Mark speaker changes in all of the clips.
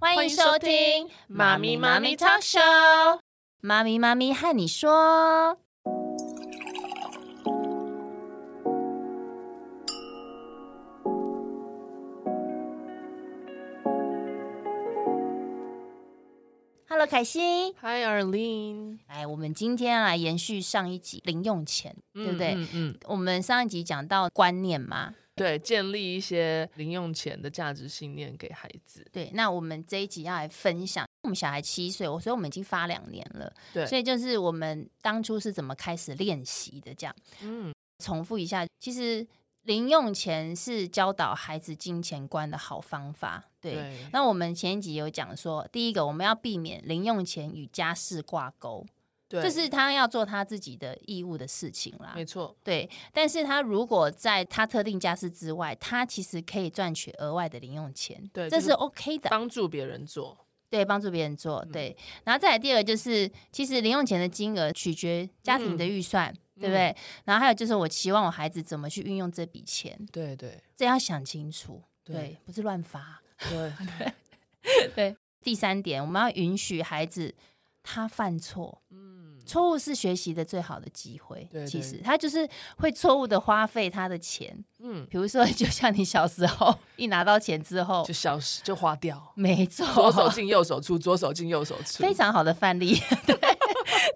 Speaker 1: 欢迎收听《妈咪妈咪 Talk Show》。
Speaker 2: 妈咪妈咪和你说，Hello，凯西。
Speaker 1: Hi Arlene，
Speaker 2: 来，我们今天来延续上一集零用钱，对不对？
Speaker 1: 嗯嗯，
Speaker 2: 我们上一集讲到观念嘛，
Speaker 1: 对，建立一些零用钱的价值信念给孩子。
Speaker 2: 对。那我们这一集要来分享，我们小孩七岁，我所以我们已经发两年了，
Speaker 1: 对
Speaker 2: 所以就是我们当初是怎么开始练习的，这样。
Speaker 1: 嗯，
Speaker 2: 重复一下，其实零用钱是教导孩子金钱观的好方法。对，
Speaker 1: 对，
Speaker 2: 那我们前一集有讲说，第一个我们要避免零用钱与家事挂钩，
Speaker 1: 对，
Speaker 2: 就是他要做他自己的义务的事情啦
Speaker 1: 没。错，
Speaker 2: 对，但是他如果在他特定家事之外，他其实可以赚取额外的零用钱，
Speaker 1: 对
Speaker 2: 这
Speaker 1: 就是
Speaker 2: 是 OK 的。
Speaker 1: 帮助别人做。
Speaker 2: 对，帮助别人做，对。
Speaker 1: 嗯
Speaker 2: 然后再来第二个就是，其实零用钱的金额取决家庭
Speaker 1: 嗯
Speaker 2: 的预算，对不对？然后还有就是，我期望我孩子怎么去运用这笔钱，
Speaker 1: 对对
Speaker 2: 这要想清楚，对，
Speaker 1: 对
Speaker 2: 不是乱发。
Speaker 1: 对，
Speaker 2: 第三点，我们要允许孩子他犯错，
Speaker 1: 嗯，
Speaker 2: 错误是学习的最好的机会。
Speaker 1: 对
Speaker 2: 其
Speaker 1: 对
Speaker 2: 实他就是会错误的花费他的钱，
Speaker 1: 嗯，
Speaker 2: 比如说， 就像你小时候一拿到钱之后
Speaker 1: 就，消失，就花 掉。
Speaker 2: 没错，
Speaker 1: 左手进右手出，左手进右手 出。
Speaker 2: 非常好的范例。 对，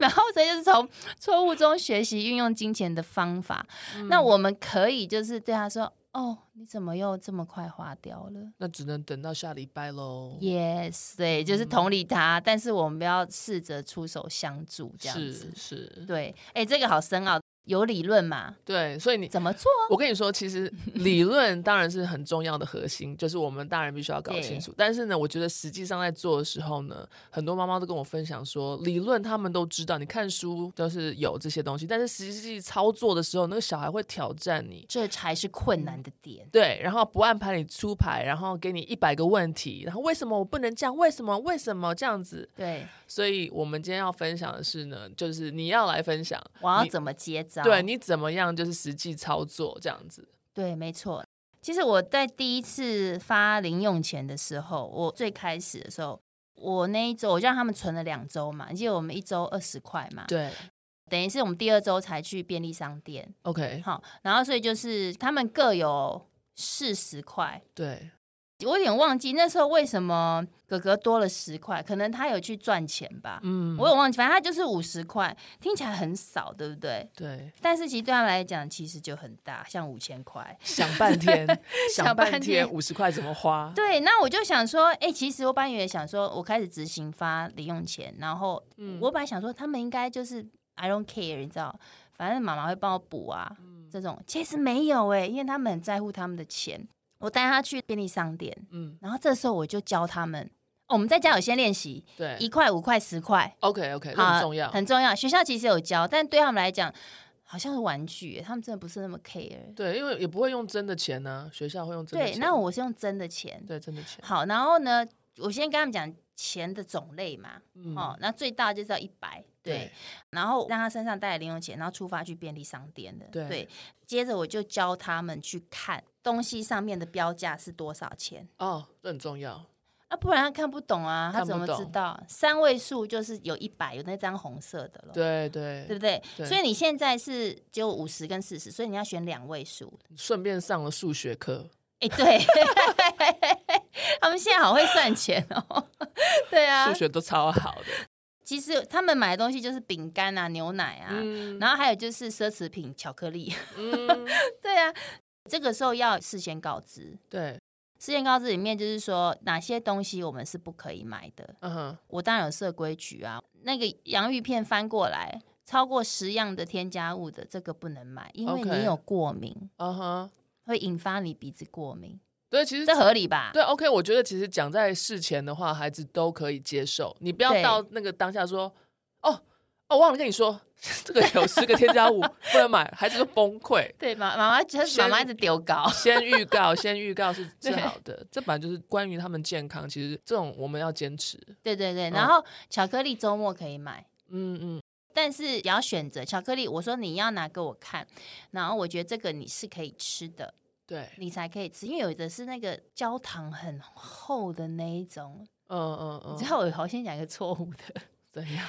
Speaker 2: 然后所以就是从错误中学习运用金钱的方法。
Speaker 1: 嗯
Speaker 2: 那我们可以就是对他说：“哦，你怎么又这么快花掉了
Speaker 1: 那只能等到下礼拜喽。
Speaker 2: ？”Yes，对，
Speaker 1: 嗯
Speaker 2: 就是同理他，但是我们要试着出手相助，这样子
Speaker 1: 是。是，
Speaker 2: 对，哎，这个好深奥，有理论嘛？
Speaker 1: 对，所以你
Speaker 2: 怎么做？
Speaker 1: 我跟你说，其实理论当然是很重要的核心，就是我们大人必须要搞清楚。但是呢，我觉得实际上在做的时候呢，很多妈妈都跟我分享说，理论他们都知道，你看书都是有这些东西，但是实际操作的时候，那个小孩会挑战你。
Speaker 2: 这才是困难的点。
Speaker 1: 对，然后不按牌理出牌，然后给你一百个问题，然后为什么我不能这样？为什么？为什么这样子？
Speaker 2: 对，
Speaker 1: 所以我们今天要分享的是呢，就是你要来分享，
Speaker 2: 我要
Speaker 1: 你
Speaker 2: 怎么接招？
Speaker 1: 对你怎么样就是实际操作这样子。
Speaker 2: 对，没错。其实我在第一次发零用钱的时候，我最开始的时候，我那一周我就让他们存了两周嘛，你记得我们一周二十块嘛，
Speaker 1: 对
Speaker 2: 等于是我们第二周才去便利商店，
Speaker 1: ，OK，
Speaker 2: 好，然后所以就是他们各有四十块，
Speaker 1: 对，
Speaker 2: 我有点忘记那时候为什么哥哥多了十块，可能他有去赚钱吧，
Speaker 1: 嗯，
Speaker 2: 我有忘记，反正他就是五十块，听起来很少，对不对？
Speaker 1: 对，
Speaker 2: 但是其实对他们来讲，其实就很大，像五千块。
Speaker 1: 想半天，
Speaker 2: 想
Speaker 1: 想
Speaker 2: 半
Speaker 1: 半
Speaker 2: 天
Speaker 1: 天，五十块怎么花？
Speaker 2: 对，那我就想说，哎、其实我本来也想说，我开始执行发零用钱，然后、
Speaker 1: 嗯
Speaker 2: 我本来想说，他们应该就是 I don't care，你知道，反正妈妈会帮我补啊，
Speaker 1: 嗯
Speaker 2: 这种其实没有哎、因为他们很在乎他们的钱。我带他去便利商店，
Speaker 1: 嗯，
Speaker 2: 然后这时候我就教他们，哦、我们在家有先练习一
Speaker 1: 对啊
Speaker 2: 块、五块、十块，
Speaker 1: ，OK OK，这很重要，
Speaker 2: 很重要。学校其实有教，但对他们来讲好像是玩具欸耶、他们真的不是那么 care。
Speaker 1: 对，因为也不会用真的钱呢，学校会用真的
Speaker 2: 对，
Speaker 1: 钱，
Speaker 2: 那我是用真的钱，
Speaker 1: 对真的钱，
Speaker 2: 好，然后呢，我先跟他们讲钱的种类嘛，
Speaker 1: 嗯
Speaker 2: 哦，那最大就是要一百，对
Speaker 1: 对，
Speaker 2: 然后让他身上带零用钱，然后出发去便利商店的，
Speaker 1: 对
Speaker 2: 接着我就教他们去看东西上面的标价是多少钱。
Speaker 1: 哦，这很重要，
Speaker 2: 啊，不然他看不懂啊，他
Speaker 1: 看
Speaker 2: 怎
Speaker 1: 不
Speaker 2: 么知
Speaker 1: 懂
Speaker 2: 道？三位数就是有一百，有那张红色的了，
Speaker 1: 对
Speaker 2: 对
Speaker 1: 对
Speaker 2: 不，对？
Speaker 1: 对
Speaker 2: 所以你现在是只有五十跟四十，所以你要选两位数。
Speaker 1: 顺便上了数学课，
Speaker 2: 哎，对， 他们现在好会算钱哦。 对啊，
Speaker 1: 数学都超好的，
Speaker 2: 其实他们买的东西就是饼干啊、牛奶啊，
Speaker 1: 嗯
Speaker 2: 然后还有就是奢侈品、巧克力。
Speaker 1: 嗯，
Speaker 2: 对啊，这个时候要事先告知。
Speaker 1: 对，
Speaker 2: 事先告知里面就是说哪些东西我们是不可以买的。
Speaker 1: 嗯哼，
Speaker 2: 我当然有设规矩啊，那个洋芋片翻过来超过十样的添加物的，这个不能买，因为
Speaker 1: OK
Speaker 2: 你有过敏，
Speaker 1: 嗯哼，
Speaker 2: 会引发你鼻子过敏，
Speaker 1: 对，其实
Speaker 2: 这合理吧？
Speaker 1: 对，OK，我觉得其实讲在事前的话，孩子都可以接受。你不要
Speaker 2: 对
Speaker 1: 到那个当下说，哦哦，忘了跟你说， 这个有十个添加物不能买，孩子就崩溃。
Speaker 2: 对，妈妈妈就是妈
Speaker 1: 先
Speaker 2: 妈一直丢高。
Speaker 1: 先预告，先预告是
Speaker 2: 哦对
Speaker 1: 最好的。这本来就是关于他们健康，其实这种我们要坚持。
Speaker 2: 对对对，
Speaker 1: 嗯
Speaker 2: 然后巧克力周末可以买。
Speaker 1: 嗯嗯，
Speaker 2: 但是也要选择巧克力。我说你要拿给我看，然后我觉得这个你是可以吃的，
Speaker 1: 对，
Speaker 2: 你才可以吃，因为有的是那个焦糖很厚的那一种，
Speaker 1: 嗯嗯嗯，
Speaker 2: 你知道我好先讲一个错误的，
Speaker 1: 怎样？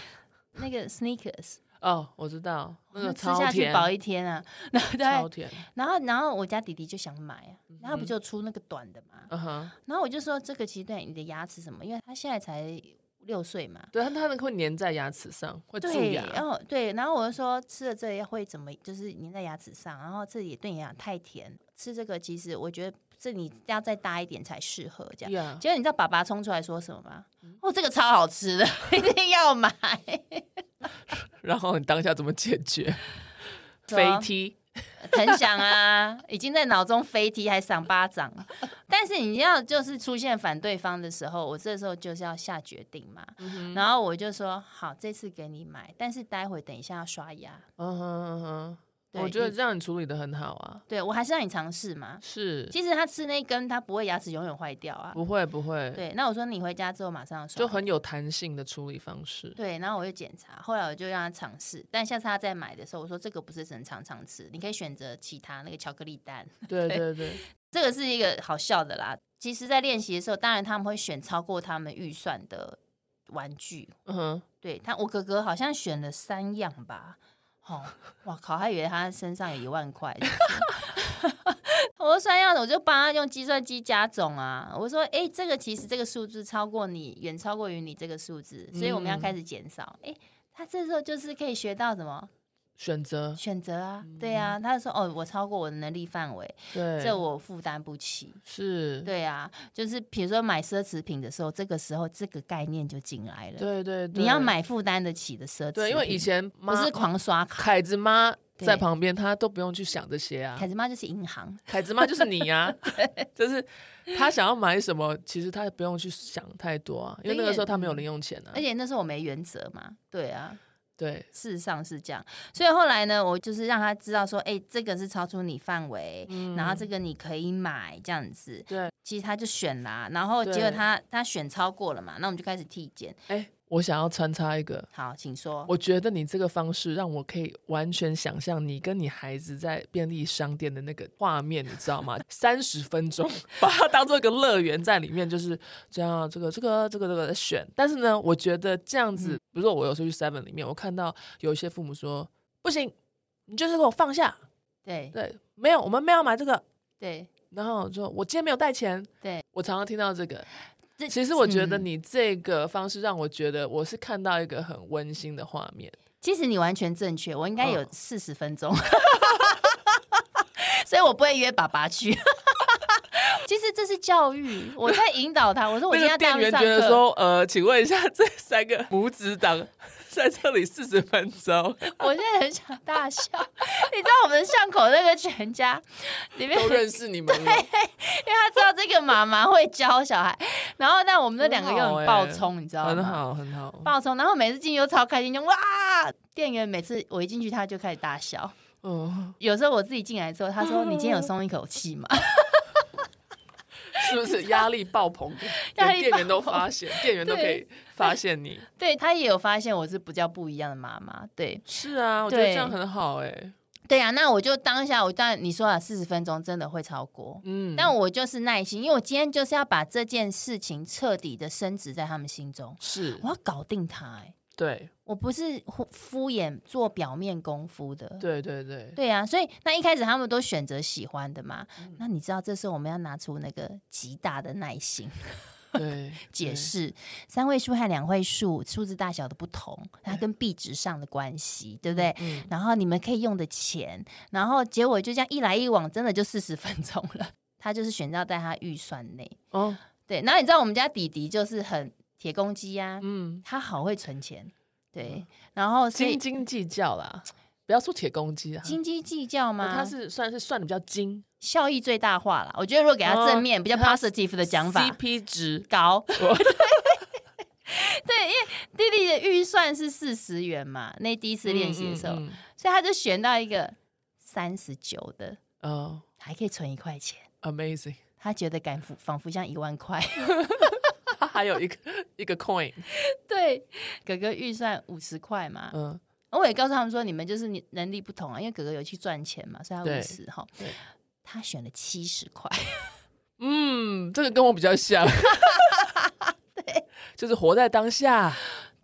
Speaker 2: 那个 sneakers，
Speaker 1: 哦，我知道那个
Speaker 2: 吃
Speaker 1: 超
Speaker 2: 下去
Speaker 1: 甜，
Speaker 2: 饱一天啊，然后
Speaker 1: 超嗯
Speaker 2: 对，
Speaker 1: 甜，
Speaker 2: 然后然后我家弟弟就想买啊，然后他不就出那个短的嘛，
Speaker 1: 嗯哼，
Speaker 2: 然后我就说这个其实对你的牙齿什么，因为他现在才六岁嘛，
Speaker 1: 对，它它那个会粘在牙齿上，会蛀
Speaker 2: 对，然
Speaker 1: 牙，
Speaker 2: 后对，然后我就说吃了这个会怎么，就是粘在牙齿上，然后这也对你来讲太甜，吃这个其实我觉得这你要再大一点才适合这样。
Speaker 1: 呀，
Speaker 2: 结果你知道爸爸冲出来说什么吗？
Speaker 1: 嗯
Speaker 2: 哦，这个超好吃的， 一定要 买。
Speaker 1: 然后你当下怎么解 决？
Speaker 2: 对啊
Speaker 1: 飞踢，
Speaker 2: 很想啊，已经在脑中飞踢，还赏巴 掌。但是你要就是出现反对方的时候，我这时候就是要下决定嘛。
Speaker 1: 嗯
Speaker 2: 然后我就说好，这次给你买，但是待会等一下要刷牙。
Speaker 1: 嗯哼嗯哼，
Speaker 2: 对
Speaker 1: 我觉得
Speaker 2: 你
Speaker 1: 这样你处理的很好啊，
Speaker 2: 对我还是让你尝试嘛。
Speaker 1: 是
Speaker 2: 其实他吃那一根，他不会牙齿永远坏掉啊。
Speaker 1: 不会不会，
Speaker 2: 对，那我说你回家之后马上刷。
Speaker 1: 就很有弹性的处理方式。
Speaker 2: 对，然后我就检查，后来我就让他尝试，但下次他再买的时候，我说这个不是只能常常吃，你可以选择其他那个巧克力蛋。
Speaker 1: 对对对，
Speaker 2: 这个是一个好笑的啦。其实，在练习的时候，当然他们会选超过他们预算的玩具。
Speaker 1: 嗯哼，
Speaker 2: 对他，我哥哥好像选了三样吧。哦，哇靠！还以为他身上有一万块。 我说三样，我就帮他用计算机加总啊。我说，哎、这个其实这个数字超过你，远超过于你这个数字，所以我们要
Speaker 1: 嗯
Speaker 2: 开始减少。哎、他这时候就是可以学到什么
Speaker 1: 选择
Speaker 2: 选择啊，对啊。他就说，哦，我超过我的能力范围，
Speaker 1: 嗯对，
Speaker 2: 这我负担不起。
Speaker 1: 是，
Speaker 2: 对啊，就是比如说买奢侈品的时候，这个时候这个概念就进来了。
Speaker 1: 对对对，
Speaker 2: 你要买负担得起的奢侈品，
Speaker 1: 对，因为以前
Speaker 2: 不
Speaker 1: 妈
Speaker 2: 是狂刷卡，
Speaker 1: 凯子妈
Speaker 2: 对
Speaker 1: 在旁边，她都不用去想这些啊
Speaker 2: 凯。子妈就是银行，
Speaker 1: 凯子妈就是你 呀、就是她想要买什么，其实她不用去想太多啊，因为那个时候她没
Speaker 2: 嗯
Speaker 1: 有零用钱啊
Speaker 2: 而。且那时候我没原则嘛，对啊，
Speaker 1: 对，
Speaker 2: 事实上是这样。所以后来呢，我就是让他知道说，哎、这个是超出你范围，然后这个你可以买这样子。
Speaker 1: 嗯对，
Speaker 2: 其实他就选啦，然后
Speaker 1: 对
Speaker 2: 结果他他选超过了嘛，那我们就开始体检。
Speaker 1: 哎、我想要穿插一个，
Speaker 2: 好，请说。
Speaker 1: 我觉得你这个方式让我可以完全想象你跟你孩子在便利商店的那个画面，你知道 吗？三十分钟，把它当做一个乐园在里面，就是这样，这个这个这个这个在选。但是呢，我觉得这样
Speaker 2: 嗯
Speaker 1: 子，比如说我有时候去 Seven 里面，我看到有一些父母说不行，你就是给我放下，
Speaker 2: 对
Speaker 1: 对，没有，我们没有买这个。
Speaker 2: 对
Speaker 1: 然后我说我今天没有带钱，
Speaker 2: 对，
Speaker 1: 我常常听到这个。
Speaker 2: 这
Speaker 1: 其实我觉得
Speaker 2: 嗯
Speaker 1: 你这个方式让我觉得我是看到一个很温馨的画面。
Speaker 2: 其实你完全正确，我应该有
Speaker 1: 嗯
Speaker 2: 四十分钟， 所以我不会约爸爸去。 其实这是教育，我在引导他。我说我
Speaker 1: 那
Speaker 2: 今天要带
Speaker 1: 个店
Speaker 2: 他们
Speaker 1: 员
Speaker 2: 上
Speaker 1: 觉得
Speaker 2: 课，
Speaker 1: 说，呃，请问一下，这三 个母子党 在这里四十分钟，
Speaker 2: 我现在很想大笑。 你知道我们巷口那个全家里面，因
Speaker 1: 都
Speaker 2: 为
Speaker 1: 认识你们了，
Speaker 2: 他知道这个妈妈会教小孩，然后但我们那两个
Speaker 1: 很
Speaker 2: 又
Speaker 1: 好
Speaker 2: 很暴
Speaker 1: 欸
Speaker 2: 冲，你知道吗？
Speaker 1: 很好，很好。
Speaker 2: 暴冲，然后每次进去都超开心，就哇！店员每次我一进去，他就开始大笑。
Speaker 1: 嗯，
Speaker 2: 有时候我自己进来之后，他说：“你今天有松一口气吗？”
Speaker 1: 是不是压力 爆棚？
Speaker 2: 压
Speaker 1: 连
Speaker 2: 力
Speaker 1: 店员都
Speaker 2: 爆棚
Speaker 1: 发现，店员都可以发现你。
Speaker 2: 对他也有发现我是比较不一样的妈妈，对
Speaker 1: 是啊，我觉得
Speaker 2: 对
Speaker 1: 这样很好哎、
Speaker 2: 对啊，那我就当下我但你说啊，四十分钟真的会超过，
Speaker 1: 嗯，
Speaker 2: 但我就是耐心，因为我今天就是要把这件事情彻底的深植在他们心中，
Speaker 1: 是
Speaker 2: 我要搞定他、欸，
Speaker 1: 对，
Speaker 2: 我不是敷敷衍做表面功夫的，
Speaker 1: 对对对，
Speaker 2: 对啊，所以那一开始他们都选择喜欢的嘛，
Speaker 1: 嗯
Speaker 2: 那你知道这时候我们要拿出那个极大的耐心。
Speaker 1: 对，
Speaker 2: 解释三位数和两位数数字大小的不同，它跟币值上的关系，对不对？
Speaker 1: 嗯
Speaker 2: 然后你们可以用的钱，然后结果就这样一来一往，真的就四十分钟了。他就是选到在他预算内，
Speaker 1: 哦，
Speaker 2: 对。然后你知道我们家弟弟就是很铁公鸡啊呀、
Speaker 1: 嗯，
Speaker 2: 他好会存钱，对。然后所以
Speaker 1: 斤斤计较啦，不要说铁公鸡啊，
Speaker 2: 斤斤计较嘛，
Speaker 1: 他是算是算的比较精，
Speaker 2: 效益最大化了。我觉得如果给他
Speaker 1: 哦
Speaker 2: 正面、比较 positive 的讲法
Speaker 1: CP 值
Speaker 2: 高，
Speaker 1: 我
Speaker 2: 弟弟的预算是四十元嘛，那第一次练习的时候，
Speaker 1: 嗯嗯嗯
Speaker 2: 所以他就选到一个三十九的，
Speaker 1: 哦、
Speaker 2: 还可以存一块钱，
Speaker 1: a m a z i n g
Speaker 2: 他觉得感仿佛像一万块。
Speaker 1: 他还有一个一个 coin，
Speaker 2: 对，哥哥预算五十块嘛，
Speaker 1: 嗯，
Speaker 2: 我也告诉他们说，你们就是你能力不同啊，因为哥哥有去赚钱嘛，所以他
Speaker 1: 对
Speaker 2: 五十哈
Speaker 1: 对。
Speaker 2: 他选了七十块，
Speaker 1: 嗯，这个跟我比较像，就是活在当下。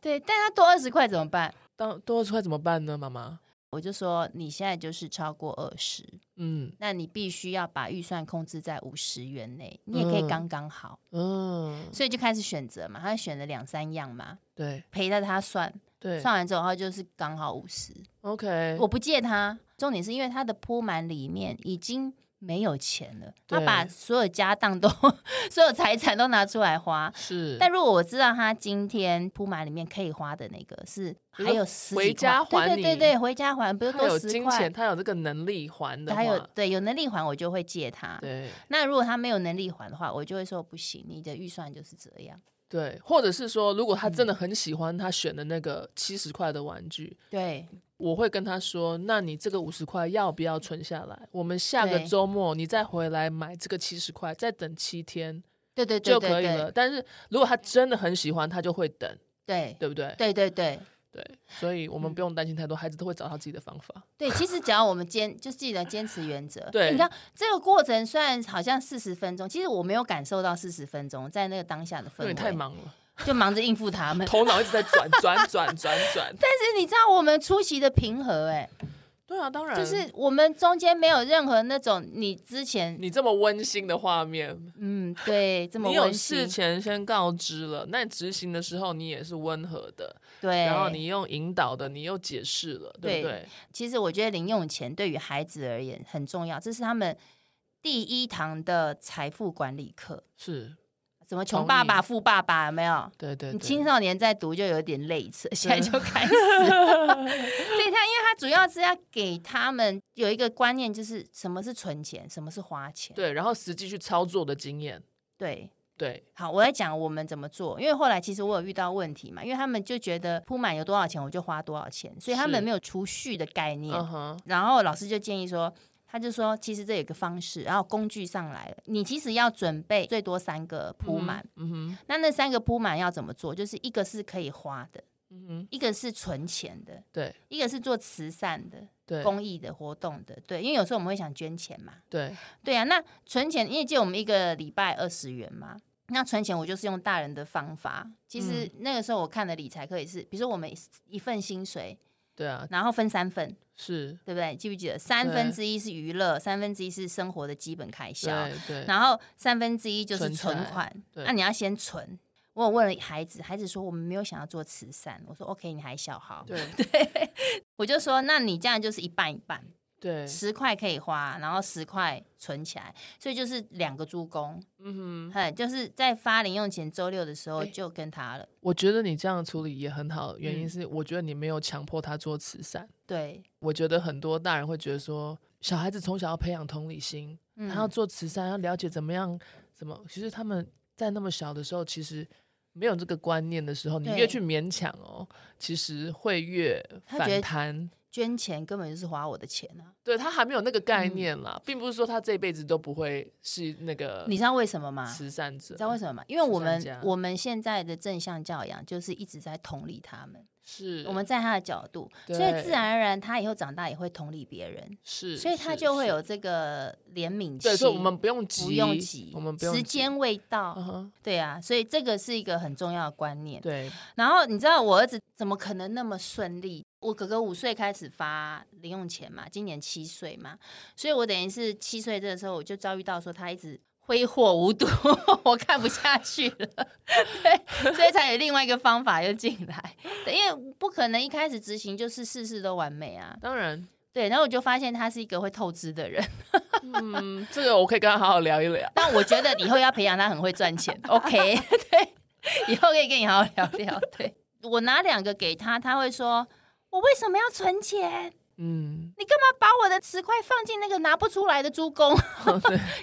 Speaker 2: 对，但他多二十块怎么办？
Speaker 1: 当多出来怎么办呢，妈妈？
Speaker 2: 我就说你现在就是超过二十，
Speaker 1: 嗯
Speaker 2: 那你必须要把预算控制在五十元内，你也可以
Speaker 1: 嗯
Speaker 2: 刚刚好。
Speaker 1: 嗯，
Speaker 2: 所以就开始选择嘛，他选了两三样嘛，
Speaker 1: 对
Speaker 2: 陪着他算，
Speaker 1: 对
Speaker 2: 算完之后他就是刚好五十，
Speaker 1: ，OK，
Speaker 2: 我不借他。重点是因为他的铺满里面已经没有钱了，他
Speaker 1: 对
Speaker 2: 把所有家当都、 所有财产都拿出来花。
Speaker 1: 是，
Speaker 2: 但如果我知道他今天铺满里面可以花的那个是
Speaker 1: 比如
Speaker 2: 还
Speaker 1: 说
Speaker 2: 有十几
Speaker 1: 回家
Speaker 2: 块
Speaker 1: 还
Speaker 2: 对
Speaker 1: 你
Speaker 2: 对对对，回家还，不是
Speaker 1: 他
Speaker 2: 多
Speaker 1: 有
Speaker 2: 十
Speaker 1: 金
Speaker 2: 块
Speaker 1: 钱，，他有这个能力还的
Speaker 2: 他有
Speaker 1: 话，
Speaker 2: 对有能力还，我就会借他。
Speaker 1: 对
Speaker 2: 那如果他没有能力还的话，我就会说不行，你的预算就是这样。
Speaker 1: 对，或者是说，如果他
Speaker 2: 嗯
Speaker 1: 真的很喜欢他选的那个七十块的玩具，
Speaker 2: 对，
Speaker 1: 我会跟他说：“那你这个五十块要不要存下来？我们下个
Speaker 2: 对
Speaker 1: 周末你再回来买这个七十块，再等七天
Speaker 2: 对对对
Speaker 1: 就
Speaker 2: 对
Speaker 1: 可以了。
Speaker 2: 对
Speaker 1: 但是如果他真的很喜欢，他就会等，
Speaker 2: 对
Speaker 1: 对不对？
Speaker 2: 对对对
Speaker 1: 对，所以我们
Speaker 2: 嗯
Speaker 1: 不用担心太多，孩子都会找到自己的方法。
Speaker 2: 对，其实只要我们坚，就记得坚持原则。
Speaker 1: 对
Speaker 2: 你看这个过程虽然好像四十分钟，其实我没有感受到四十分钟在那个当下的氛
Speaker 1: 因为
Speaker 2: 围，
Speaker 1: 你太，忙 了，
Speaker 2: 就忙着应付他 们。
Speaker 1: 头脑一直在转转转转转。
Speaker 2: 但是你知道我们出席的平和、欸，
Speaker 1: 对啊，当然，
Speaker 2: 就是我们中间没有任何那种你之前
Speaker 1: 你这么温馨的画面，
Speaker 2: 嗯对这么
Speaker 1: 你有
Speaker 2: 温
Speaker 1: 事
Speaker 2: 馨，
Speaker 1: 前先告知了，那你执行的时候你也是温和的，
Speaker 2: 对，
Speaker 1: 然后你用引导的，你又解释了，对
Speaker 2: 对
Speaker 1: 不对？
Speaker 2: 其实我觉得零用钱对于孩子而言很重要，这是他们第一堂的财富管理课。
Speaker 1: 是，
Speaker 2: 什么
Speaker 1: 同
Speaker 2: 穷
Speaker 1: 意
Speaker 2: 爸爸、富爸爸有没有？
Speaker 1: 对对
Speaker 2: 你
Speaker 1: 对。
Speaker 2: 青少年在读就有点累次，现在就开始。对 他，因为他主要是要给他们有一个观念，就是什么是存钱，什么是花钱。
Speaker 1: 对，然后实际去操作的经验，
Speaker 2: 对
Speaker 1: 对，
Speaker 2: 好，我来讲我们怎么做，因为后来其实我有遇到问题嘛，因为他们就觉得铺满有多少钱我就花多少钱，所以他
Speaker 1: 是
Speaker 2: 们没有储蓄的概念。
Speaker 1: 嗯哼，
Speaker 2: 然后老师就建议说，他就说其实这有个方式，然后工具上来了，你其实要准备最多三个铺满。
Speaker 1: 嗯哼，
Speaker 2: 那那三个铺满要怎么做？就是一个是可以花的，
Speaker 1: 嗯哼，
Speaker 2: 一个是存钱的，
Speaker 1: 对
Speaker 2: 一个是做慈善的、
Speaker 1: 对
Speaker 2: 公益的活动的。对，因为有时候我们会想捐钱嘛。
Speaker 1: 对，
Speaker 2: 对啊，那存钱，因为借我们一个礼拜二十元嘛。那存钱我就是用大人的方法。其
Speaker 1: 嗯
Speaker 2: 实那个时候我看的理财课也是，比如说我们一份薪水，
Speaker 1: 对啊，
Speaker 2: 然后分三份，
Speaker 1: 是，
Speaker 2: 对不对？记不记得？三分之一是娱乐，三分之一是生活的基本开销，
Speaker 1: 对对
Speaker 2: 然后三分之一就是
Speaker 1: 存起来
Speaker 2: 存款，
Speaker 1: 对
Speaker 2: 那你要先存。我有问了孩子，孩子说我们没有想要做慈善。我说 OK，你还小好，
Speaker 1: 对
Speaker 2: 我就说那你这样就是一半一半，
Speaker 1: 对，
Speaker 2: 十块可以花，然后十块存起来，所以就是两个助攻。
Speaker 1: 嗯哼，
Speaker 2: 嘿，就是在发零用钱周六的时候
Speaker 1: 哎
Speaker 2: 就跟他了。
Speaker 1: 我觉得你这样处理也很好，原因
Speaker 2: 嗯
Speaker 1: 是我觉得你没有强迫他做慈善。
Speaker 2: 对，
Speaker 1: 我觉得很多大人会觉得说，小孩子从小要培养同理心，
Speaker 2: 嗯
Speaker 1: 他要做慈善，要了解怎么样，怎么，其实他们在那么小的时候，其实。没有这个观念的时候，你
Speaker 2: 对
Speaker 1: 越去勉强哦，其实会越
Speaker 2: 他觉得
Speaker 1: 反弹。
Speaker 2: 捐钱根本就是花我的钱啊！
Speaker 1: 对他还没有那个概
Speaker 2: 嗯
Speaker 1: 念啦，并不是说他这辈子都不会是那个
Speaker 2: 你知道为什么吗？
Speaker 1: 慈善者，
Speaker 2: 你知道为什么吗？因为我
Speaker 1: 慈善
Speaker 2: 们
Speaker 1: 家
Speaker 2: 我们现在的正向教养就是一直在同理他们，
Speaker 1: 是
Speaker 2: 我们在他的角度，
Speaker 1: 对
Speaker 2: 所以自然而然他以后长大也会同理别人，
Speaker 1: 是，
Speaker 2: 所以他
Speaker 1: 是
Speaker 2: 就会
Speaker 1: 是
Speaker 2: 有这个怜悯
Speaker 1: 对，所以我
Speaker 2: 心。
Speaker 1: 们不用急，
Speaker 2: 不用急，
Speaker 1: 我们不用急
Speaker 2: 时，间未到，
Speaker 1: 嗯哼，
Speaker 2: 对啊，所以这个是一个很重要的观念。
Speaker 1: 对，
Speaker 2: 然后你知道我儿子怎么可能那么顺利？我哥哥五岁开始发零用钱嘛，今年七岁嘛，所以我等于是七岁这个时候我就遭遇到说他一直挥霍无度， 我看不下去了，对，所以才有另外一个方法又进来，对，因为不可能一开始执行就是事事都完美啊，
Speaker 1: 当然，
Speaker 2: 对，然后我就发现他是一个会透支的人，
Speaker 1: 嗯，这个我可以跟他好好聊一聊。
Speaker 2: 但我觉得以后要培养他很会赚钱 ，OK？对，以后可以跟你好好聊聊。对我拿两个给他，他会说：“我为什么要存钱？
Speaker 1: 嗯，
Speaker 2: 你干嘛把我的十块放进那个拿不出来的猪公？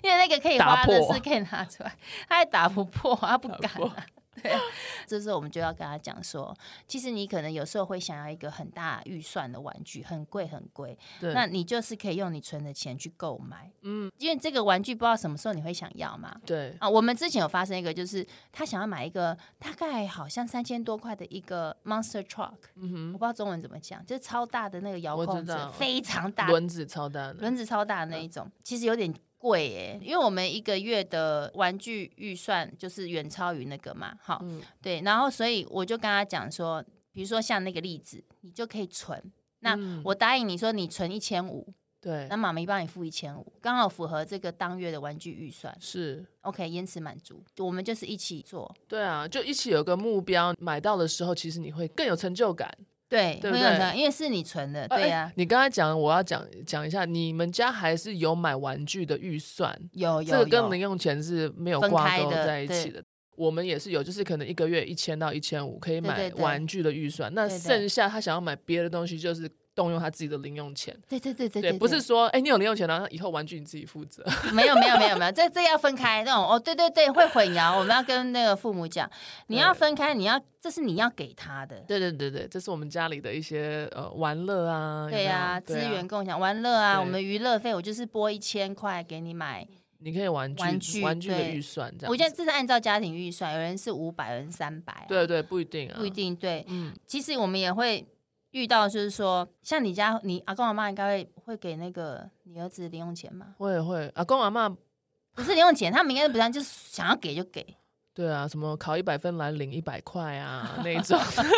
Speaker 2: 因为那个可以花的
Speaker 1: 打破
Speaker 2: 是可以拿出来，他还打不破，他不敢、
Speaker 1: 破
Speaker 2: 啊。”对，这时候我们就要跟他讲说，其实你可能有时候会想要一个很大预算的玩具，很贵很贵，
Speaker 1: 对，
Speaker 2: 那你就是可以用你存的钱去购买，
Speaker 1: 嗯
Speaker 2: 嗯，因为这个玩具不知道什么时候你会想要嘛，
Speaker 1: 对，
Speaker 2: 啊，我们之前有发生一个，就是他想要买一个大概好像三千多块的一个 Monster Truck，、我不
Speaker 1: 嗯
Speaker 2: 知道中文怎么讲，就是超大的那个遥
Speaker 1: 我知
Speaker 2: 控车
Speaker 1: 道，嗯
Speaker 2: 非常大
Speaker 1: 哼，，轮子超大的，
Speaker 2: 轮子超大的那一种，其实有点贵耶，因为我们一个月的玩具预算就是远超于那个嘛，好，
Speaker 1: 嗯
Speaker 2: 对，然后所以我就跟他讲说，比如说像那个例子，你就可以存。那
Speaker 1: 嗯
Speaker 2: 我答应你说你存一千五，
Speaker 1: 对
Speaker 2: 那，妈咪帮你付一千五，刚好符合这个当月的玩具预算。
Speaker 1: 是。
Speaker 2: OK，延迟满足，我们就是一起做，
Speaker 1: 对啊，就一起有个目标，买到的时候，其实你会更有成就感。
Speaker 2: 对，
Speaker 1: 对不
Speaker 2: 会很
Speaker 1: 对
Speaker 2: 成，因为是你存的，对
Speaker 1: 哎
Speaker 2: 呀、
Speaker 1: 你刚才讲，我要讲讲一下，你们家还是有买玩具的预算，
Speaker 2: 有有
Speaker 1: 这个跟
Speaker 2: 有
Speaker 1: 零用钱是没有
Speaker 2: 分
Speaker 1: 挂
Speaker 2: 开
Speaker 1: 钩
Speaker 2: 的
Speaker 1: 在一
Speaker 2: 对
Speaker 1: 起的。我们也是有，就是可能一个月一千到一千五可以
Speaker 2: 对
Speaker 1: 买
Speaker 2: 对对
Speaker 1: 玩具的预算，那
Speaker 2: 对对
Speaker 1: 剩下他想要买别的东西，就是动用他自己的零用钱。
Speaker 2: 对对对对
Speaker 1: 对，不是说哎、你有零用钱，然后以后玩具你自己负 责。
Speaker 2: 没有没有没有没有， 这这要分开那种哦，对对对，会混淆。我们要跟那个父母讲，你要分开，你要这是你要给他的，
Speaker 1: 对对对对，这是我们家里的一些呃玩乐啊，有没
Speaker 2: 对
Speaker 1: 有
Speaker 2: 呀、资
Speaker 1: 对啊
Speaker 2: 源共享、玩乐啊，
Speaker 1: 对
Speaker 2: 我们娱乐费我就是拨一千块给你买，
Speaker 1: 你可以玩具
Speaker 2: 玩具
Speaker 1: 的
Speaker 2: 对
Speaker 1: 预算这样子。
Speaker 2: 我觉得这是按照家庭预算，有人是五百，有人三百、啊，
Speaker 1: 对对不一定啊，
Speaker 2: 不一。定对。
Speaker 1: 嗯，
Speaker 2: 其实我们也会遇到，就是说，像你家你阿公阿妈应该会会给那个你儿子零用钱嘛？
Speaker 1: 会会，阿公阿妈
Speaker 2: 不是零用钱，他们应该不算，就是想要给就给。
Speaker 1: 对啊，什么考一百分来领一百块啊那一 种，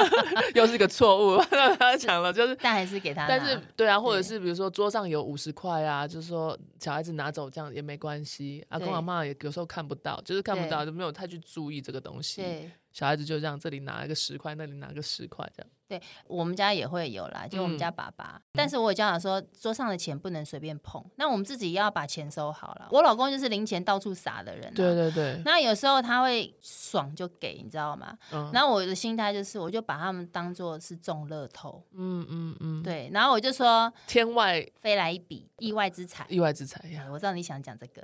Speaker 1: 又是一个错误。 刚刚讲了就是，
Speaker 2: 但还是给他拿，
Speaker 1: 但是对啊，或者是比如说桌上有五十块啊，就是说小孩子拿走这样也没关系。阿公
Speaker 2: 对
Speaker 1: 阿妈也有时候看不到，就是看不到，就没有太去注意这个东西。
Speaker 2: 对，
Speaker 1: 小孩子就这样，这里拿一个十块，那里拿个十块这样。
Speaker 2: 我们家也会有啦，就我们家爸
Speaker 1: 嗯
Speaker 2: 爸。但是我也教他说，桌上的钱不能随便碰。那我们自己要把钱收好了。我老公就是零钱到处撒的人、啊，
Speaker 1: 对。对 对，
Speaker 2: 那有时候他会爽就给，你知道吗？
Speaker 1: 嗯
Speaker 2: 然后我的心态就是，我就把他们当做是中乐透，
Speaker 1: 嗯嗯嗯，，
Speaker 2: 对。然后我就说，
Speaker 1: 天外
Speaker 2: 飞来一笔意外之财。
Speaker 1: 意外之财呀
Speaker 2: 哎，我知道你想讲这个，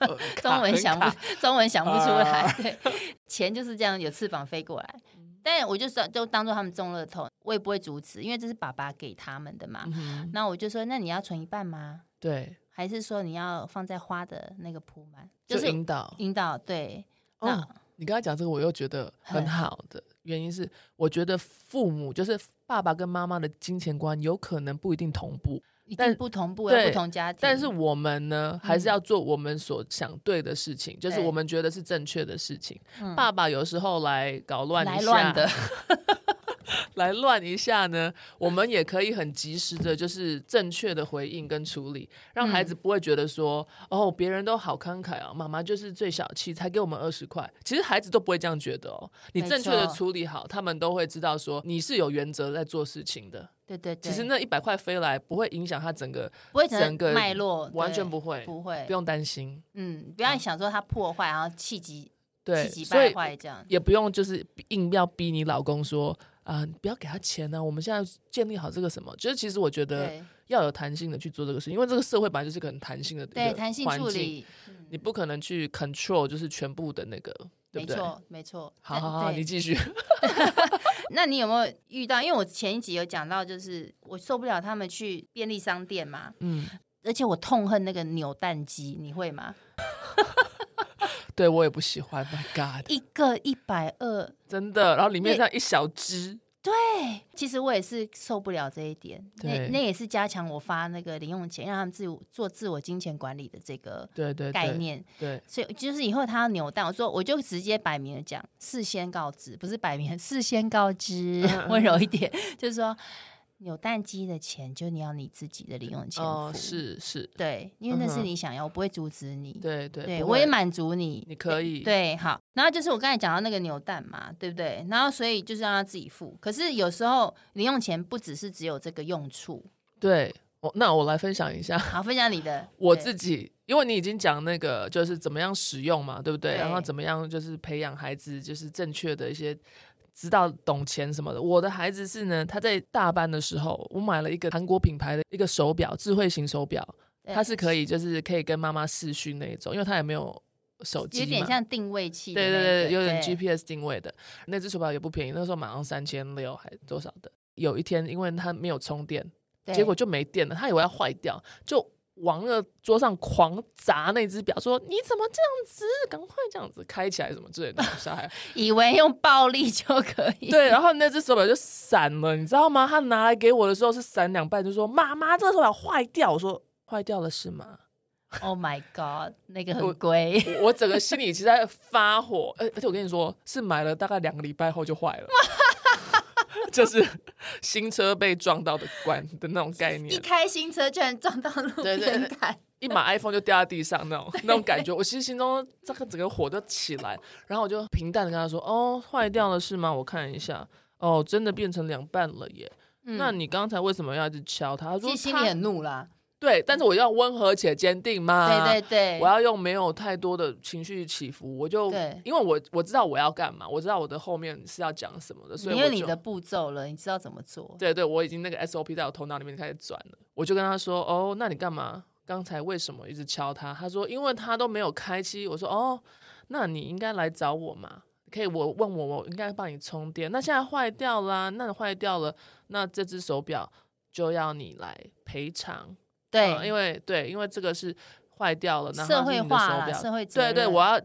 Speaker 1: 呃
Speaker 2: 中文
Speaker 1: 卡
Speaker 2: 想
Speaker 1: 很
Speaker 2: 不
Speaker 1: 卡
Speaker 2: 中文想不出来
Speaker 1: 啊，嗯
Speaker 2: 对， 钱就是这样有翅膀飞过来。但我就说，就当做他们中乐透，我也不会阻止，因为这是爸爸给他们的嘛。
Speaker 1: 嗯哼
Speaker 2: 那我就说，那你要存一半吗？
Speaker 1: 对，
Speaker 2: 还是说你要放在花的那个铺满？
Speaker 1: 就
Speaker 2: 就是
Speaker 1: 引导。
Speaker 2: 引导对，那、
Speaker 1: 哦你刚才讲这个，我又觉得很
Speaker 2: 很
Speaker 1: 好的原因是，我觉得父母就是爸爸跟妈妈的金钱观有可能不一定同步，
Speaker 2: 一
Speaker 1: 但
Speaker 2: 定不同步，
Speaker 1: 对
Speaker 2: 有不同家庭。
Speaker 1: 但是我们呢，还是要做我们所想对的事情，就
Speaker 2: 嗯
Speaker 1: 是
Speaker 2: 对
Speaker 1: 我们觉得是正确的事情。
Speaker 2: 嗯
Speaker 1: 爸爸有时候来搞乱一
Speaker 2: 来
Speaker 1: 下，
Speaker 2: 乱 的，
Speaker 1: 来乱一下呢，我们也可以很及时的，就是正确的回应跟处理，让孩
Speaker 2: 嗯
Speaker 1: 子不会觉得说，哦，别人都好慷慨哦，妈妈就是最小气，才给我们二十块。其实孩子都不会这样觉得哦，你
Speaker 2: 没
Speaker 1: 正确的
Speaker 2: 错
Speaker 1: 处理好，他们都会知道说你是有原则在做事情的。
Speaker 2: 对对对，
Speaker 1: 其实那一百块飞来，不会影响他整个，
Speaker 2: 不会成
Speaker 1: 整个
Speaker 2: 脉络，
Speaker 1: 完
Speaker 2: 对
Speaker 1: 全不会，
Speaker 2: 不会
Speaker 1: 不，用担心。
Speaker 2: 嗯，不要想说他破坏，然后气急
Speaker 1: 对
Speaker 2: 气，急
Speaker 1: 所
Speaker 2: 败
Speaker 1: 以
Speaker 2: 坏这样。
Speaker 1: 也不用就是硬要逼你老公说。啊、你不要给他钱啊呢、我们现在建立好这个什么，就是其实我觉得，
Speaker 2: 对
Speaker 1: 要有弹性的去做这个事，因为这个社会本来就是个很弹性的一
Speaker 2: 对，
Speaker 1: 个
Speaker 2: 弹性
Speaker 1: 环
Speaker 2: 处
Speaker 1: 境，
Speaker 2: 理，
Speaker 1: 你不可能去 control 就是全部的那个，对
Speaker 2: 没
Speaker 1: 不对？好
Speaker 2: 错没错。
Speaker 1: 好
Speaker 2: 但
Speaker 1: 好，
Speaker 2: 对
Speaker 1: 你继 续。
Speaker 2: 那你有没有遇到？因为我前一集有讲到，就是我受不了他们去便利商店嘛，
Speaker 1: 嗯，
Speaker 2: 而且我痛恨那个扭蛋机，你会吗？
Speaker 1: 对我也不喜欢，My God，
Speaker 2: 一个一百二，
Speaker 1: 真的。然后里面
Speaker 2: 那
Speaker 1: 这样一小只，
Speaker 2: 哎，其实我也是受不了这一点，
Speaker 1: 对
Speaker 2: 那那也是加强我发那个零用钱，让他们自我做自我金钱管理的这个
Speaker 1: 对对对
Speaker 2: 概念。
Speaker 1: 对，
Speaker 2: 所以就是以后他要扭蛋，我说我就直接摆明了讲，事先告知，不是摆明了，事先告知，
Speaker 1: 嗯
Speaker 2: 温柔一点，就是说扭蛋机的钱就你要你自己的零用钱
Speaker 1: 哦，
Speaker 2: 付
Speaker 1: 是是，
Speaker 2: 对，因为那
Speaker 1: 嗯
Speaker 2: 是
Speaker 1: 哼
Speaker 2: 你想要，我不会阻止你。
Speaker 1: 对对
Speaker 2: 对，
Speaker 1: 不
Speaker 2: 我也
Speaker 1: 会
Speaker 2: 满足你。
Speaker 1: 你可以，
Speaker 2: 对，好。然后就是我刚才讲到那个扭蛋嘛，对不对？然后所以就是让他自己付。可是有时候零用钱不只是只有这个用处。
Speaker 1: 对。我那我来分享一下
Speaker 2: 好，分享你的，
Speaker 1: 我
Speaker 2: 对
Speaker 1: 自己，因为你已经讲那个就是怎么样使用嘛，对不对？
Speaker 2: 对
Speaker 1: 然后怎么样就是培养孩子就是正确的一些知道懂钱什么的。我的孩子是呢，他在大班的时候，我买了一个韩国品牌的一个手表，智慧型手表，
Speaker 2: 对
Speaker 1: 它是可以就是可以跟妈妈视讯那一种，因为他也没有手机
Speaker 2: 有点
Speaker 1: 嘛。
Speaker 2: 像定位器的那
Speaker 1: 对
Speaker 2: 一个，
Speaker 1: 对对，有点
Speaker 2: 对
Speaker 1: GPS 定位的那只手表也不便宜，那时候马上三千六还多少的。有一天，因为它没有充电，
Speaker 2: 对
Speaker 1: 结果就没电了，他以为要坏掉，就往那个桌上狂砸那只表，说你怎么这样子，赶快这样子开起来什么之类的，小孩。
Speaker 2: 以为用暴力就可以。
Speaker 1: 对，然后那只手表就散了，你知道吗？他拿来给我的时候是闪两半，就说妈妈，这个手表坏掉。我说坏掉了是吗？
Speaker 2: Oh my god，那个很贵，
Speaker 1: 我我整个心里其实在发火，而而且我跟你说，是买了大概两个礼拜后就坏了， 就是新车被撞到的关的那种概
Speaker 2: 一
Speaker 1: 念，
Speaker 2: 开新车居然撞到路
Speaker 1: 对对
Speaker 2: 边
Speaker 1: 对
Speaker 2: 摊，
Speaker 1: 一把 iPhone 就掉在地上那种那种感觉，我其实心中这个整个火就起来，然后我就平淡的跟他说：“哦，坏掉了是吗？我看一下，哦，真的变成两半了耶。
Speaker 2: 嗯
Speaker 1: 那你刚才为什么要一直敲他？他说
Speaker 2: 其实心
Speaker 1: 他
Speaker 2: 里很怒啦。
Speaker 1: 对，但是我要温和且坚定嘛。
Speaker 2: 对对对，
Speaker 1: 啊我要用没有太多的情绪起伏，我就
Speaker 2: 对
Speaker 1: 因为我我知道我要干嘛，我知道我的后面是要讲什么的，所以
Speaker 2: 你
Speaker 1: 我
Speaker 2: 有
Speaker 1: 就
Speaker 2: 你的步骤了，你知道怎么做。
Speaker 1: 对对，我已经那个 SOP 在我头脑里面开始转了，我就跟他说：“哦，那你干嘛？刚才为什么一直敲他？”他说：“因为他都没有开机。”我说：“哦，那你应该来找我嘛。”可以，我问我，我应该帮你充电。那现在坏掉啦，那你坏掉了，那这只手表就要你来赔偿。
Speaker 2: 对，
Speaker 1: 嗯因为对，因为这个是坏掉了，然后
Speaker 2: 社
Speaker 1: 它是
Speaker 2: 会
Speaker 1: 你的
Speaker 2: 化
Speaker 1: 手
Speaker 2: 啦，
Speaker 1: 表，
Speaker 2: 社会责
Speaker 1: 对对，
Speaker 2: 任
Speaker 1: 我要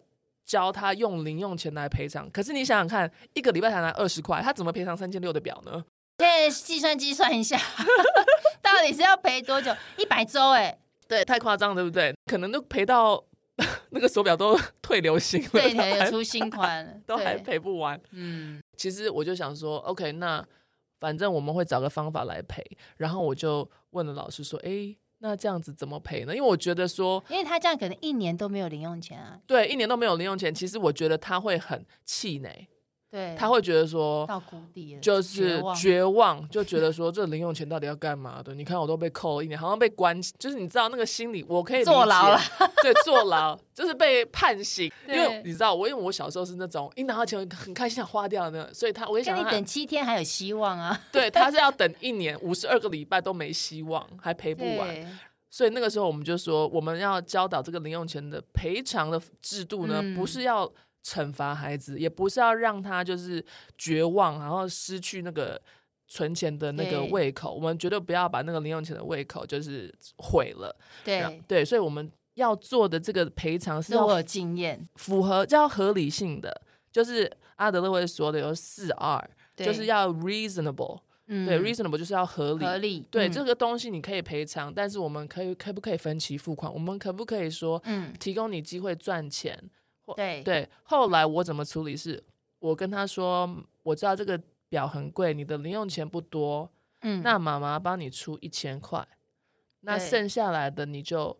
Speaker 1: 教他用零用钱来赔偿。可是你想想看，一个礼拜才拿二十块，他怎么赔偿三千六的表呢？
Speaker 2: 现在计算机算一 下，到底是要赔多久？一百周哎，
Speaker 1: 对，太夸张，对不对？可能都赔到 那个手表都退流行了，
Speaker 2: 对，
Speaker 1: 都
Speaker 2: 才
Speaker 1: 还
Speaker 2: 有出新款了，
Speaker 1: 都还
Speaker 2: 对，
Speaker 1: 赔不完。
Speaker 2: 嗯，
Speaker 1: 其实我就想说，OK，那反正我们会找个方法来赔。然后我就问了老师说，诶，那这样子怎么赔呢？因为我觉得说，
Speaker 2: 因为他这样可能一年都没有零用钱啊，
Speaker 1: 对，一年都没有零用钱，其实我觉得他会很气馁，
Speaker 2: 对，
Speaker 1: 他会觉得说，
Speaker 2: 到谷底了，
Speaker 1: 就是
Speaker 2: 望
Speaker 1: 绝望，就觉得说这零用钱到底要干嘛的？你看我都被扣了一年，好像被关，就是你知道那个心理，我可以理解
Speaker 2: 坐牢了，
Speaker 1: 对，坐牢就是被判刑。因为
Speaker 2: 对
Speaker 1: 你知道，我因为我小时候是那种一拿到钱我很开心想花掉的，所以他我也
Speaker 2: 跟
Speaker 1: 想
Speaker 2: 你
Speaker 1: 他
Speaker 2: 等七天还有希望啊，
Speaker 1: 对他是要等一年五十二个礼拜都没希望，还赔不完。
Speaker 2: 对，
Speaker 1: 所以那个时候我们就说，我们要教导这个零用钱的赔偿的制度呢，
Speaker 2: 嗯
Speaker 1: 不是要惩罚孩子，也不是要让他就是绝望，然后失去那个存钱的那个
Speaker 2: 对
Speaker 1: 胃口。我们绝对不要把那个零用钱的胃口就是毁了。然后
Speaker 2: 对，
Speaker 1: 对，所以我们要做的这个赔偿是
Speaker 2: 这我
Speaker 1: 要
Speaker 2: 有经验，
Speaker 1: 符合要合理性的，就是阿德勒会说的有四 R，
Speaker 2: 对
Speaker 1: 就是要 reasonable，
Speaker 2: 嗯
Speaker 1: 对 reasonable 就是要合理，
Speaker 2: 合理，
Speaker 1: 对、
Speaker 2: 嗯
Speaker 1: 这个东西你可以赔偿，但是我们可以可不可以分期付款？我们可不可以说
Speaker 2: 嗯，
Speaker 1: 提供你机会赚钱？
Speaker 2: 对
Speaker 1: 对，后来我怎么处理是，我跟他说，我知道这个表很贵，你的零用钱不多，
Speaker 2: 嗯，
Speaker 1: 那妈妈帮你出一千块，那
Speaker 2: 对
Speaker 1: 剩下来的你就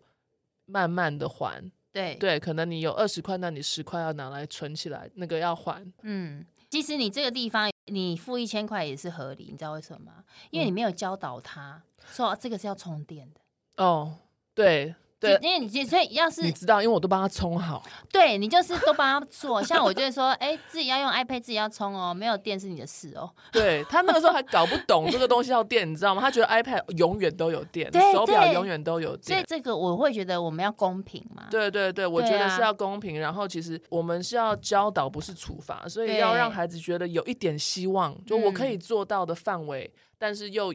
Speaker 1: 慢慢的还。
Speaker 2: 对
Speaker 1: 对，可能你有二十块，那你十块要拿来存起来，那个要还。
Speaker 2: 嗯，其实你这个地方，你付一千块也是合理，你知道为什么吗？因为你没有教导他、说啊这个是要充电的。
Speaker 1: 哦，对对
Speaker 2: 就，因为你所以要
Speaker 1: 你
Speaker 2: 是
Speaker 1: 知道，因为我都帮他充好。
Speaker 2: 对你就是都帮他做，像我就会说，哎、自己要用 iPad 自己要充哦，没有电是你的事哦。
Speaker 1: 对他那个时候还搞不懂这个东西要电，你知道吗？他觉得 iPad 永远都有电，
Speaker 2: 对
Speaker 1: 手表
Speaker 2: 对
Speaker 1: 永远都有
Speaker 2: 所以
Speaker 1: 电。
Speaker 2: 这个我会觉得我们要公平嘛。
Speaker 1: 对对对，我觉
Speaker 2: 对
Speaker 1: 得
Speaker 2: 啊
Speaker 1: 是要公平。然后其实我们是要教导，不是处罚，所以
Speaker 2: 对
Speaker 1: 要让孩子觉得有一点希望，就我可以
Speaker 2: 嗯
Speaker 1: 做到的范围，但是又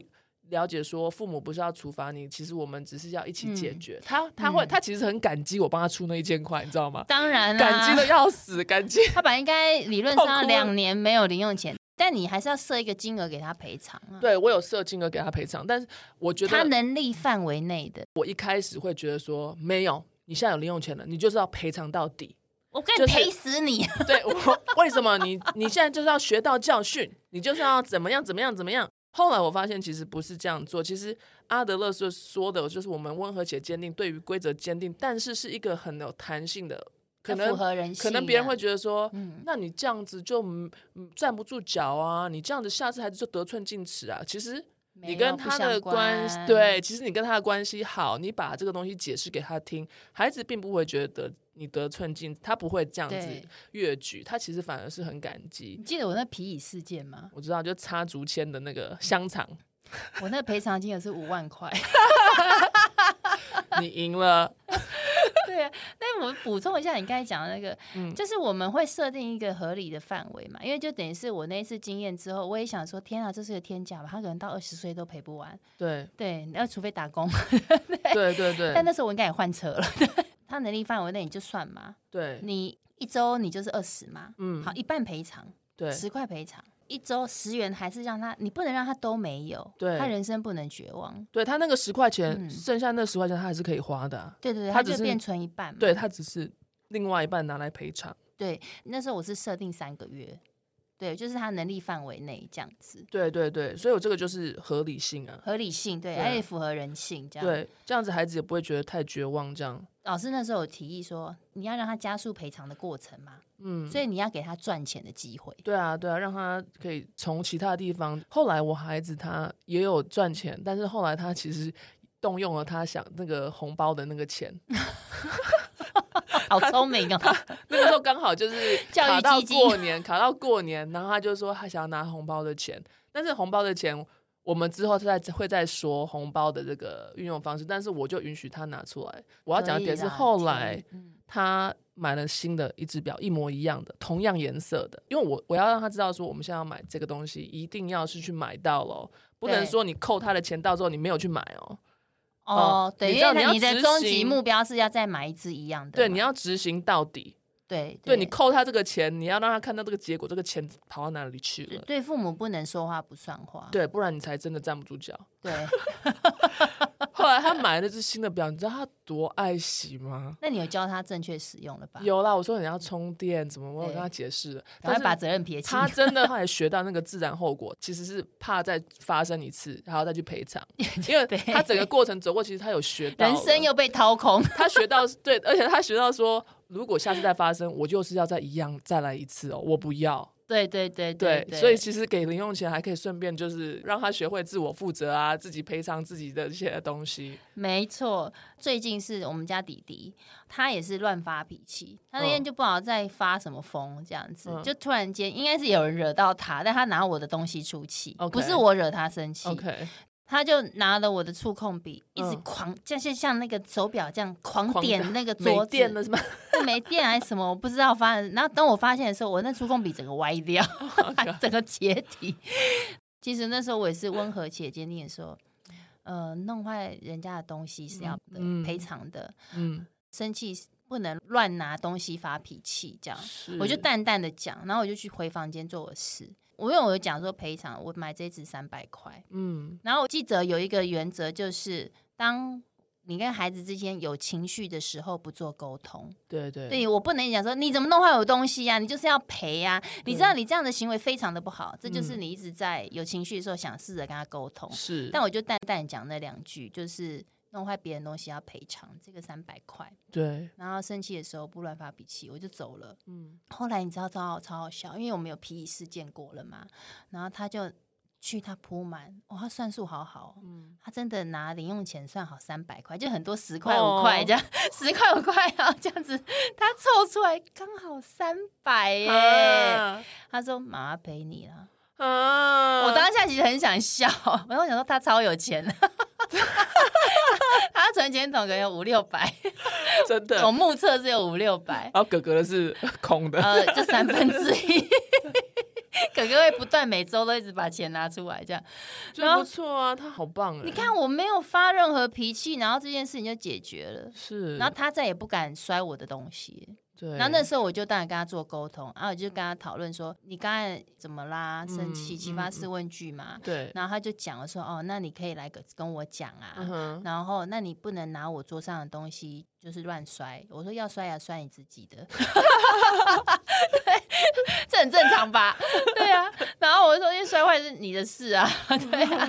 Speaker 1: 了解说父母不是要处罚你，其实我们只是要一起解
Speaker 2: 嗯
Speaker 1: 决。他他会
Speaker 2: 嗯
Speaker 1: 他其实很感激我帮他出那一千块，你知道吗？
Speaker 2: 当然啊啦、
Speaker 1: 感激的要死，感激。
Speaker 2: 他本来应该理论
Speaker 1: 痛哭
Speaker 2: 上
Speaker 1: 了
Speaker 2: 两年没有零用钱，但你还是要设一个金额给他赔偿啊。
Speaker 1: 对我有设金额给他赔偿，但是我觉
Speaker 2: 他
Speaker 1: 得
Speaker 2: 能力范围内的，
Speaker 1: 我一开始会觉得说没有，你现在有零用钱了，你就是要赔偿到底。
Speaker 2: 我可以
Speaker 1: 就是
Speaker 2: 赔死你。啊
Speaker 1: 对我为什么你你现在就是要学到教训，你就是要怎么样怎么样怎么样。后来我发现其实不是这样做，其实阿德勒所说的就是我们温和且坚定，对于规则坚定，但是是一个很有弹性的，可能
Speaker 2: 符合人性、啊
Speaker 1: 可能别人会。觉得说，
Speaker 2: 嗯
Speaker 1: 那你这样子就嗯嗯站不住脚啊，你这样子下次孩子就得寸进尺啊。其实
Speaker 2: 没
Speaker 1: 你
Speaker 2: 有
Speaker 1: 跟
Speaker 2: 不
Speaker 1: 他
Speaker 2: 相
Speaker 1: 的关系，
Speaker 2: 关
Speaker 1: 对，其实你跟他的关系好，你把这个东西解释给他听，孩子并不会觉得你得寸进，他不会这样子
Speaker 2: 对
Speaker 1: 越矩，他其实反而是很感激
Speaker 2: 你。记得我那皮椅事件吗？
Speaker 1: 我知道，就擦竹签的那个香肠，
Speaker 2: 我那赔偿金额是五万 块。
Speaker 1: 你赢 了，
Speaker 2: 对啊，那我补充一下你刚才讲的那个，
Speaker 1: 嗯
Speaker 2: 就是我们会设定一个合理的范围嘛，因为就等于是我那一次经验之后，我也想说，天啊，这是个天价吧，他可能到二十岁都赔不完。
Speaker 1: 对
Speaker 2: 对，那除非打工，
Speaker 1: 对对对
Speaker 2: 但那时候我应该也换车了。 他能力范围内你就算嘛，
Speaker 1: 对
Speaker 2: 你一周你就是二十嘛，
Speaker 1: 嗯
Speaker 2: 好，一半赔偿，
Speaker 1: 对
Speaker 2: 十块赔偿，一周十元还是让他，你不能让他都没有，
Speaker 1: 对
Speaker 2: 他人生不能绝望。
Speaker 1: 对他那个十块钱，
Speaker 2: 嗯
Speaker 1: 剩下那十块钱他还是可以花的啊、
Speaker 2: 对对对，
Speaker 1: 他
Speaker 2: 他
Speaker 1: 只
Speaker 2: 就是变存一半嘛。
Speaker 1: 对他只是另外一半拿来赔偿。
Speaker 2: 对，那时候我是设定三个月，对，就是他能力范围内这样子，
Speaker 1: 对对对，所以我这个就是合理性啊。
Speaker 2: 合理性对，
Speaker 1: 对啊
Speaker 2: 而且符合人性这样。，
Speaker 1: 对，这样子孩子也不会觉得太绝望。这样，
Speaker 2: 老师那时候有提议说，你要让他加速赔偿的过程嘛，
Speaker 1: 嗯，
Speaker 2: 所以你要给他赚钱的机 会。
Speaker 1: 对啊，对啊，让他可以从其他地方。后来我孩子他也有赚钱，但是后来他其实动用了他想那个红包的那 个钱，
Speaker 2: 好聪明哦！
Speaker 1: 那个时候刚好就是
Speaker 2: 教育
Speaker 1: 卡到
Speaker 2: 基金
Speaker 1: 过年，卡到过年，然后他就说他想要拿红包的钱，但是红包的钱我们之后再会再说红包的这个运用方式，但是我就允许他拿出来。我要讲的点是
Speaker 2: 可以啦
Speaker 1: 后来，
Speaker 2: 可以嗯
Speaker 1: 他买了新的一只表，一模一样的，同样颜色的，因为我我要让他知道说我们现在要买这个东西，一定要是去买到喽。不能
Speaker 2: 对
Speaker 1: 说你扣他的钱到之后你没有去买哦，哦
Speaker 2: 哦，对，
Speaker 1: 你
Speaker 2: 因
Speaker 1: 知道
Speaker 2: 为
Speaker 1: 你
Speaker 2: 他
Speaker 1: 要
Speaker 2: 你的
Speaker 1: 执
Speaker 2: 终极
Speaker 1: 行
Speaker 2: 目标是要再买一只一样的嘛。
Speaker 1: 对，你要执行到底。
Speaker 2: 对
Speaker 1: 对你扣他这个钱，你要让他看到这个结果，这个钱跑到哪里去了。
Speaker 2: 对父母不能说话不算话。
Speaker 1: 对，不然你才真的站不住脚。
Speaker 2: 对，
Speaker 1: 后来他买了只新的表，你知道他多爱惜吗？
Speaker 2: 那你有教他正确使用了吧？，
Speaker 1: 有啦，我说你要充电，怎么我有
Speaker 2: 对
Speaker 1: 跟他解释了，
Speaker 2: 赶
Speaker 1: 但
Speaker 2: 快把
Speaker 1: 是
Speaker 2: 责任撇清。
Speaker 1: 他真的他也学到那个自然后果， 其实是怕再发生一次，然后再去赔偿， 因为
Speaker 2: 对
Speaker 1: 他整个过程走过，其实他有学到
Speaker 2: 人生
Speaker 1: 了
Speaker 2: 又被掏空。
Speaker 1: 他学到 对，而且他学到说，如果下次再发生，我就是要再一样再来一次哦，我不要。
Speaker 2: 对对对
Speaker 1: 对，
Speaker 2: 对，
Speaker 1: 所以其实给零用钱还可以顺便就是让他学会自我负责啊，自己赔偿自己的一些东西。
Speaker 2: 没错。最近是我们家弟弟，他也是乱发脾气，他那天
Speaker 1: 嗯
Speaker 2: 就不好再发什么疯这样子，
Speaker 1: 嗯
Speaker 2: 就突然间应该是有人惹到他，但他拿我的东西出气
Speaker 1: OK
Speaker 2: 不是我惹他生气
Speaker 1: OK，
Speaker 2: 他就拿了我的触控笔，一直
Speaker 1: 嗯
Speaker 2: 狂，像像像那个手表这样狂
Speaker 1: 狂
Speaker 2: 点
Speaker 1: 打
Speaker 2: 那个桌
Speaker 1: 没
Speaker 2: 子，
Speaker 1: 电了是吗？
Speaker 2: 是没电还是什么，我不知道。反正，然后等我发现的时候，我那触控笔整个歪掉， 整个解体。其实那时候我也是温和且坚定地说，呃，弄坏人家的东西是要的
Speaker 1: 嗯嗯
Speaker 2: 赔偿的，
Speaker 1: 嗯，
Speaker 2: 生气不能乱拿东西发脾气，这样。
Speaker 1: 是
Speaker 2: 我就淡淡的讲，然后我就去回房间做我的事。我因为我有讲说赔偿，我买这只三百块。
Speaker 1: 嗯
Speaker 2: 然后记者有一个原则，就是当你跟孩子之间有情绪的时候，不做沟通。
Speaker 1: 对对
Speaker 2: 对我不能讲说你怎么弄坏我的东西呀、你就是要赔呀、你知道你这样的行为非常的不好，这就是
Speaker 1: 嗯
Speaker 2: 你一直在有情绪的时候想试着跟他沟通。
Speaker 1: 是，
Speaker 2: 但我就淡淡讲那两句，就是弄坏别人东西要赔偿这个三百块，
Speaker 1: 对
Speaker 2: 然后生气的时候不乱发脾气，我就走了。
Speaker 1: 嗯
Speaker 2: 后来你知道超好超好笑，因为我们有皮衣事件过了嘛，然后他就去他铺满，哇、他算数好好哦、
Speaker 1: 嗯
Speaker 2: 他真的拿零用钱算好三百块，就很多十块
Speaker 1: 哦
Speaker 2: 五块这样，十块五块啊这样子，他凑出来刚好三百耶。
Speaker 1: 啊
Speaker 2: 他说妈妈陪你啦，
Speaker 1: 啊
Speaker 2: 我当下其实很想笑，然后想说他超有钱的。 他存钱筒可能有五六百，
Speaker 1: 真
Speaker 2: 我
Speaker 1: 的，
Speaker 2: 目测是有五六百，
Speaker 1: 然后哥哥的是 空的，
Speaker 2: 呃，就三分之一。哥哥会不断每周都一直把钱拿出来，这样。
Speaker 1: 就不错啊，他好棒哎，
Speaker 2: 你看我没有发任何脾气，然后这件事情就解决了。
Speaker 1: 是，
Speaker 2: 然后他再也不敢摔我的东西。
Speaker 1: 对，
Speaker 2: 然后那时候我就当然跟他做沟通，然后我就跟他讨论说：“你刚才怎么啦？生气？
Speaker 1: 嗯
Speaker 2: 启发式问句嘛。
Speaker 1: 对，
Speaker 2: 然后他就讲了说：“哦，那你可以来跟跟我讲啊。
Speaker 1: 嗯哼，
Speaker 2: 然后，那你不能拿我桌上的东西就是乱摔。我说要摔呀、摔你自己的， 对，这很正常吧？对啊。然后我就说，因为摔坏是你的事啊， 对 啊，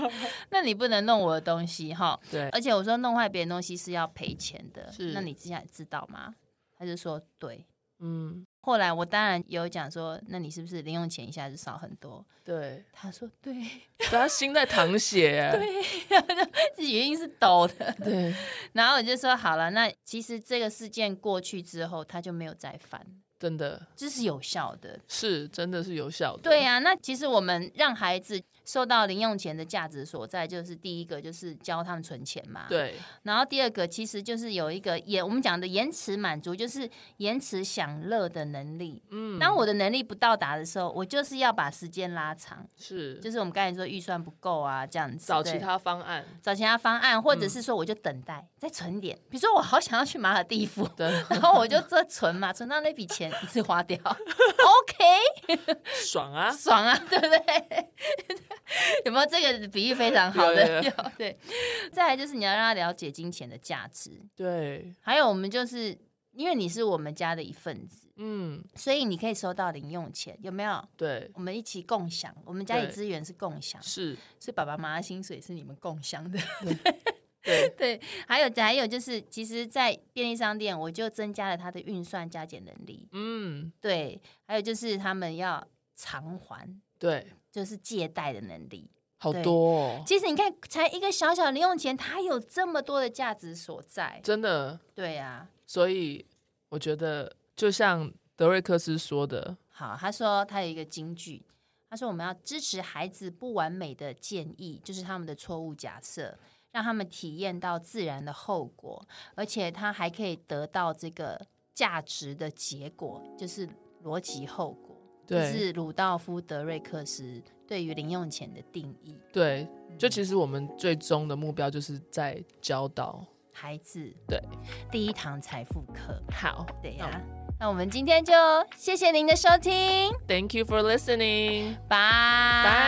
Speaker 2: 那你不能弄我的东西哈。
Speaker 1: 对，
Speaker 2: 而且我说弄坏别人东西是要赔钱的，
Speaker 1: 是
Speaker 2: 那你之前知道吗？他就说对。
Speaker 1: 嗯，
Speaker 2: 后来我当然有讲说，那你是不是零用钱一下就少很多？
Speaker 1: 对，
Speaker 2: 他说对，
Speaker 1: 他心在淌血 欸，
Speaker 2: 自己一定是抖的。
Speaker 1: 对，
Speaker 2: 然后我就说好了，那其实这个事件过去之后，他就没有再犯，
Speaker 1: 真的
Speaker 2: 这是有效的。
Speaker 1: 是真的是有效的，
Speaker 2: 对呀、那其实我们让孩子受到零用钱的价值所在，就是第一个就是教他们存钱嘛，。
Speaker 1: 对，
Speaker 2: 然后第二个其实就是有一个延我们讲的延迟满足，就是延迟享乐的能力。
Speaker 1: 嗯，
Speaker 2: 当我的能力不到达的时候，我就是要把时间拉长，
Speaker 1: 是
Speaker 2: 就是我们刚才说预算不够啊，这样子。
Speaker 1: 找
Speaker 2: 对
Speaker 1: 其他嗯 方案，
Speaker 2: 找其他方案，或者是说我就等待、再存一点。比如说我好想要去马尔地夫，
Speaker 1: 对，
Speaker 2: 然后我就这存嘛，存到那笔钱，钱一次花掉，OK，
Speaker 1: 爽啊！
Speaker 2: 爽啊， 对不对？有没有这个比喻非常好的？
Speaker 1: 有有
Speaker 2: 有 对，再来就是你要让他了解金钱的价值，
Speaker 1: 对，
Speaker 2: 还有我们就是因为你是我们家的一份子，
Speaker 1: 嗯，
Speaker 2: 所以你可以收到零用钱，有没有？
Speaker 1: 对，
Speaker 2: 我们一起共享，我们家里
Speaker 1: 对
Speaker 2: 资源是共享，
Speaker 1: 是，
Speaker 2: 所以爸爸妈妈薪水是你们共享的。
Speaker 1: 对，
Speaker 2: 对，还有还有就是，其实，在便利商店，我就增加了他的运算加减能力。
Speaker 1: 嗯，
Speaker 2: 对，还有就是他们要偿还，
Speaker 1: 对，
Speaker 2: 就是借贷的能力。
Speaker 1: 好
Speaker 2: 对
Speaker 1: 多、哦，
Speaker 2: 其实你看，才一个小小的零用钱，它有这么多的价值所在。
Speaker 1: 真的。
Speaker 2: 对啊，
Speaker 1: 所以我觉得，就像德瑞克斯说的，
Speaker 2: 好，他说他有一个金句，他说我们要支持孩子不完美的建议，就是他们的错误假设，让他们体验到自然的后果，而且他还可以得到这个价值的结果，就是逻辑后果，就
Speaker 1: 对，
Speaker 2: 是鲁道夫·德瑞克斯对于零用钱的定义。
Speaker 1: 对，就其实我们最终的目标就是在教导。
Speaker 2: 孩子
Speaker 1: 对
Speaker 2: 第一堂财富课，
Speaker 1: 好，
Speaker 2: 对
Speaker 1: 那
Speaker 2: 呀、
Speaker 1: 我们
Speaker 2: 那我们今天就谢谢您的收听，
Speaker 1: Thank you for listening.
Speaker 2: 拜
Speaker 1: 拜。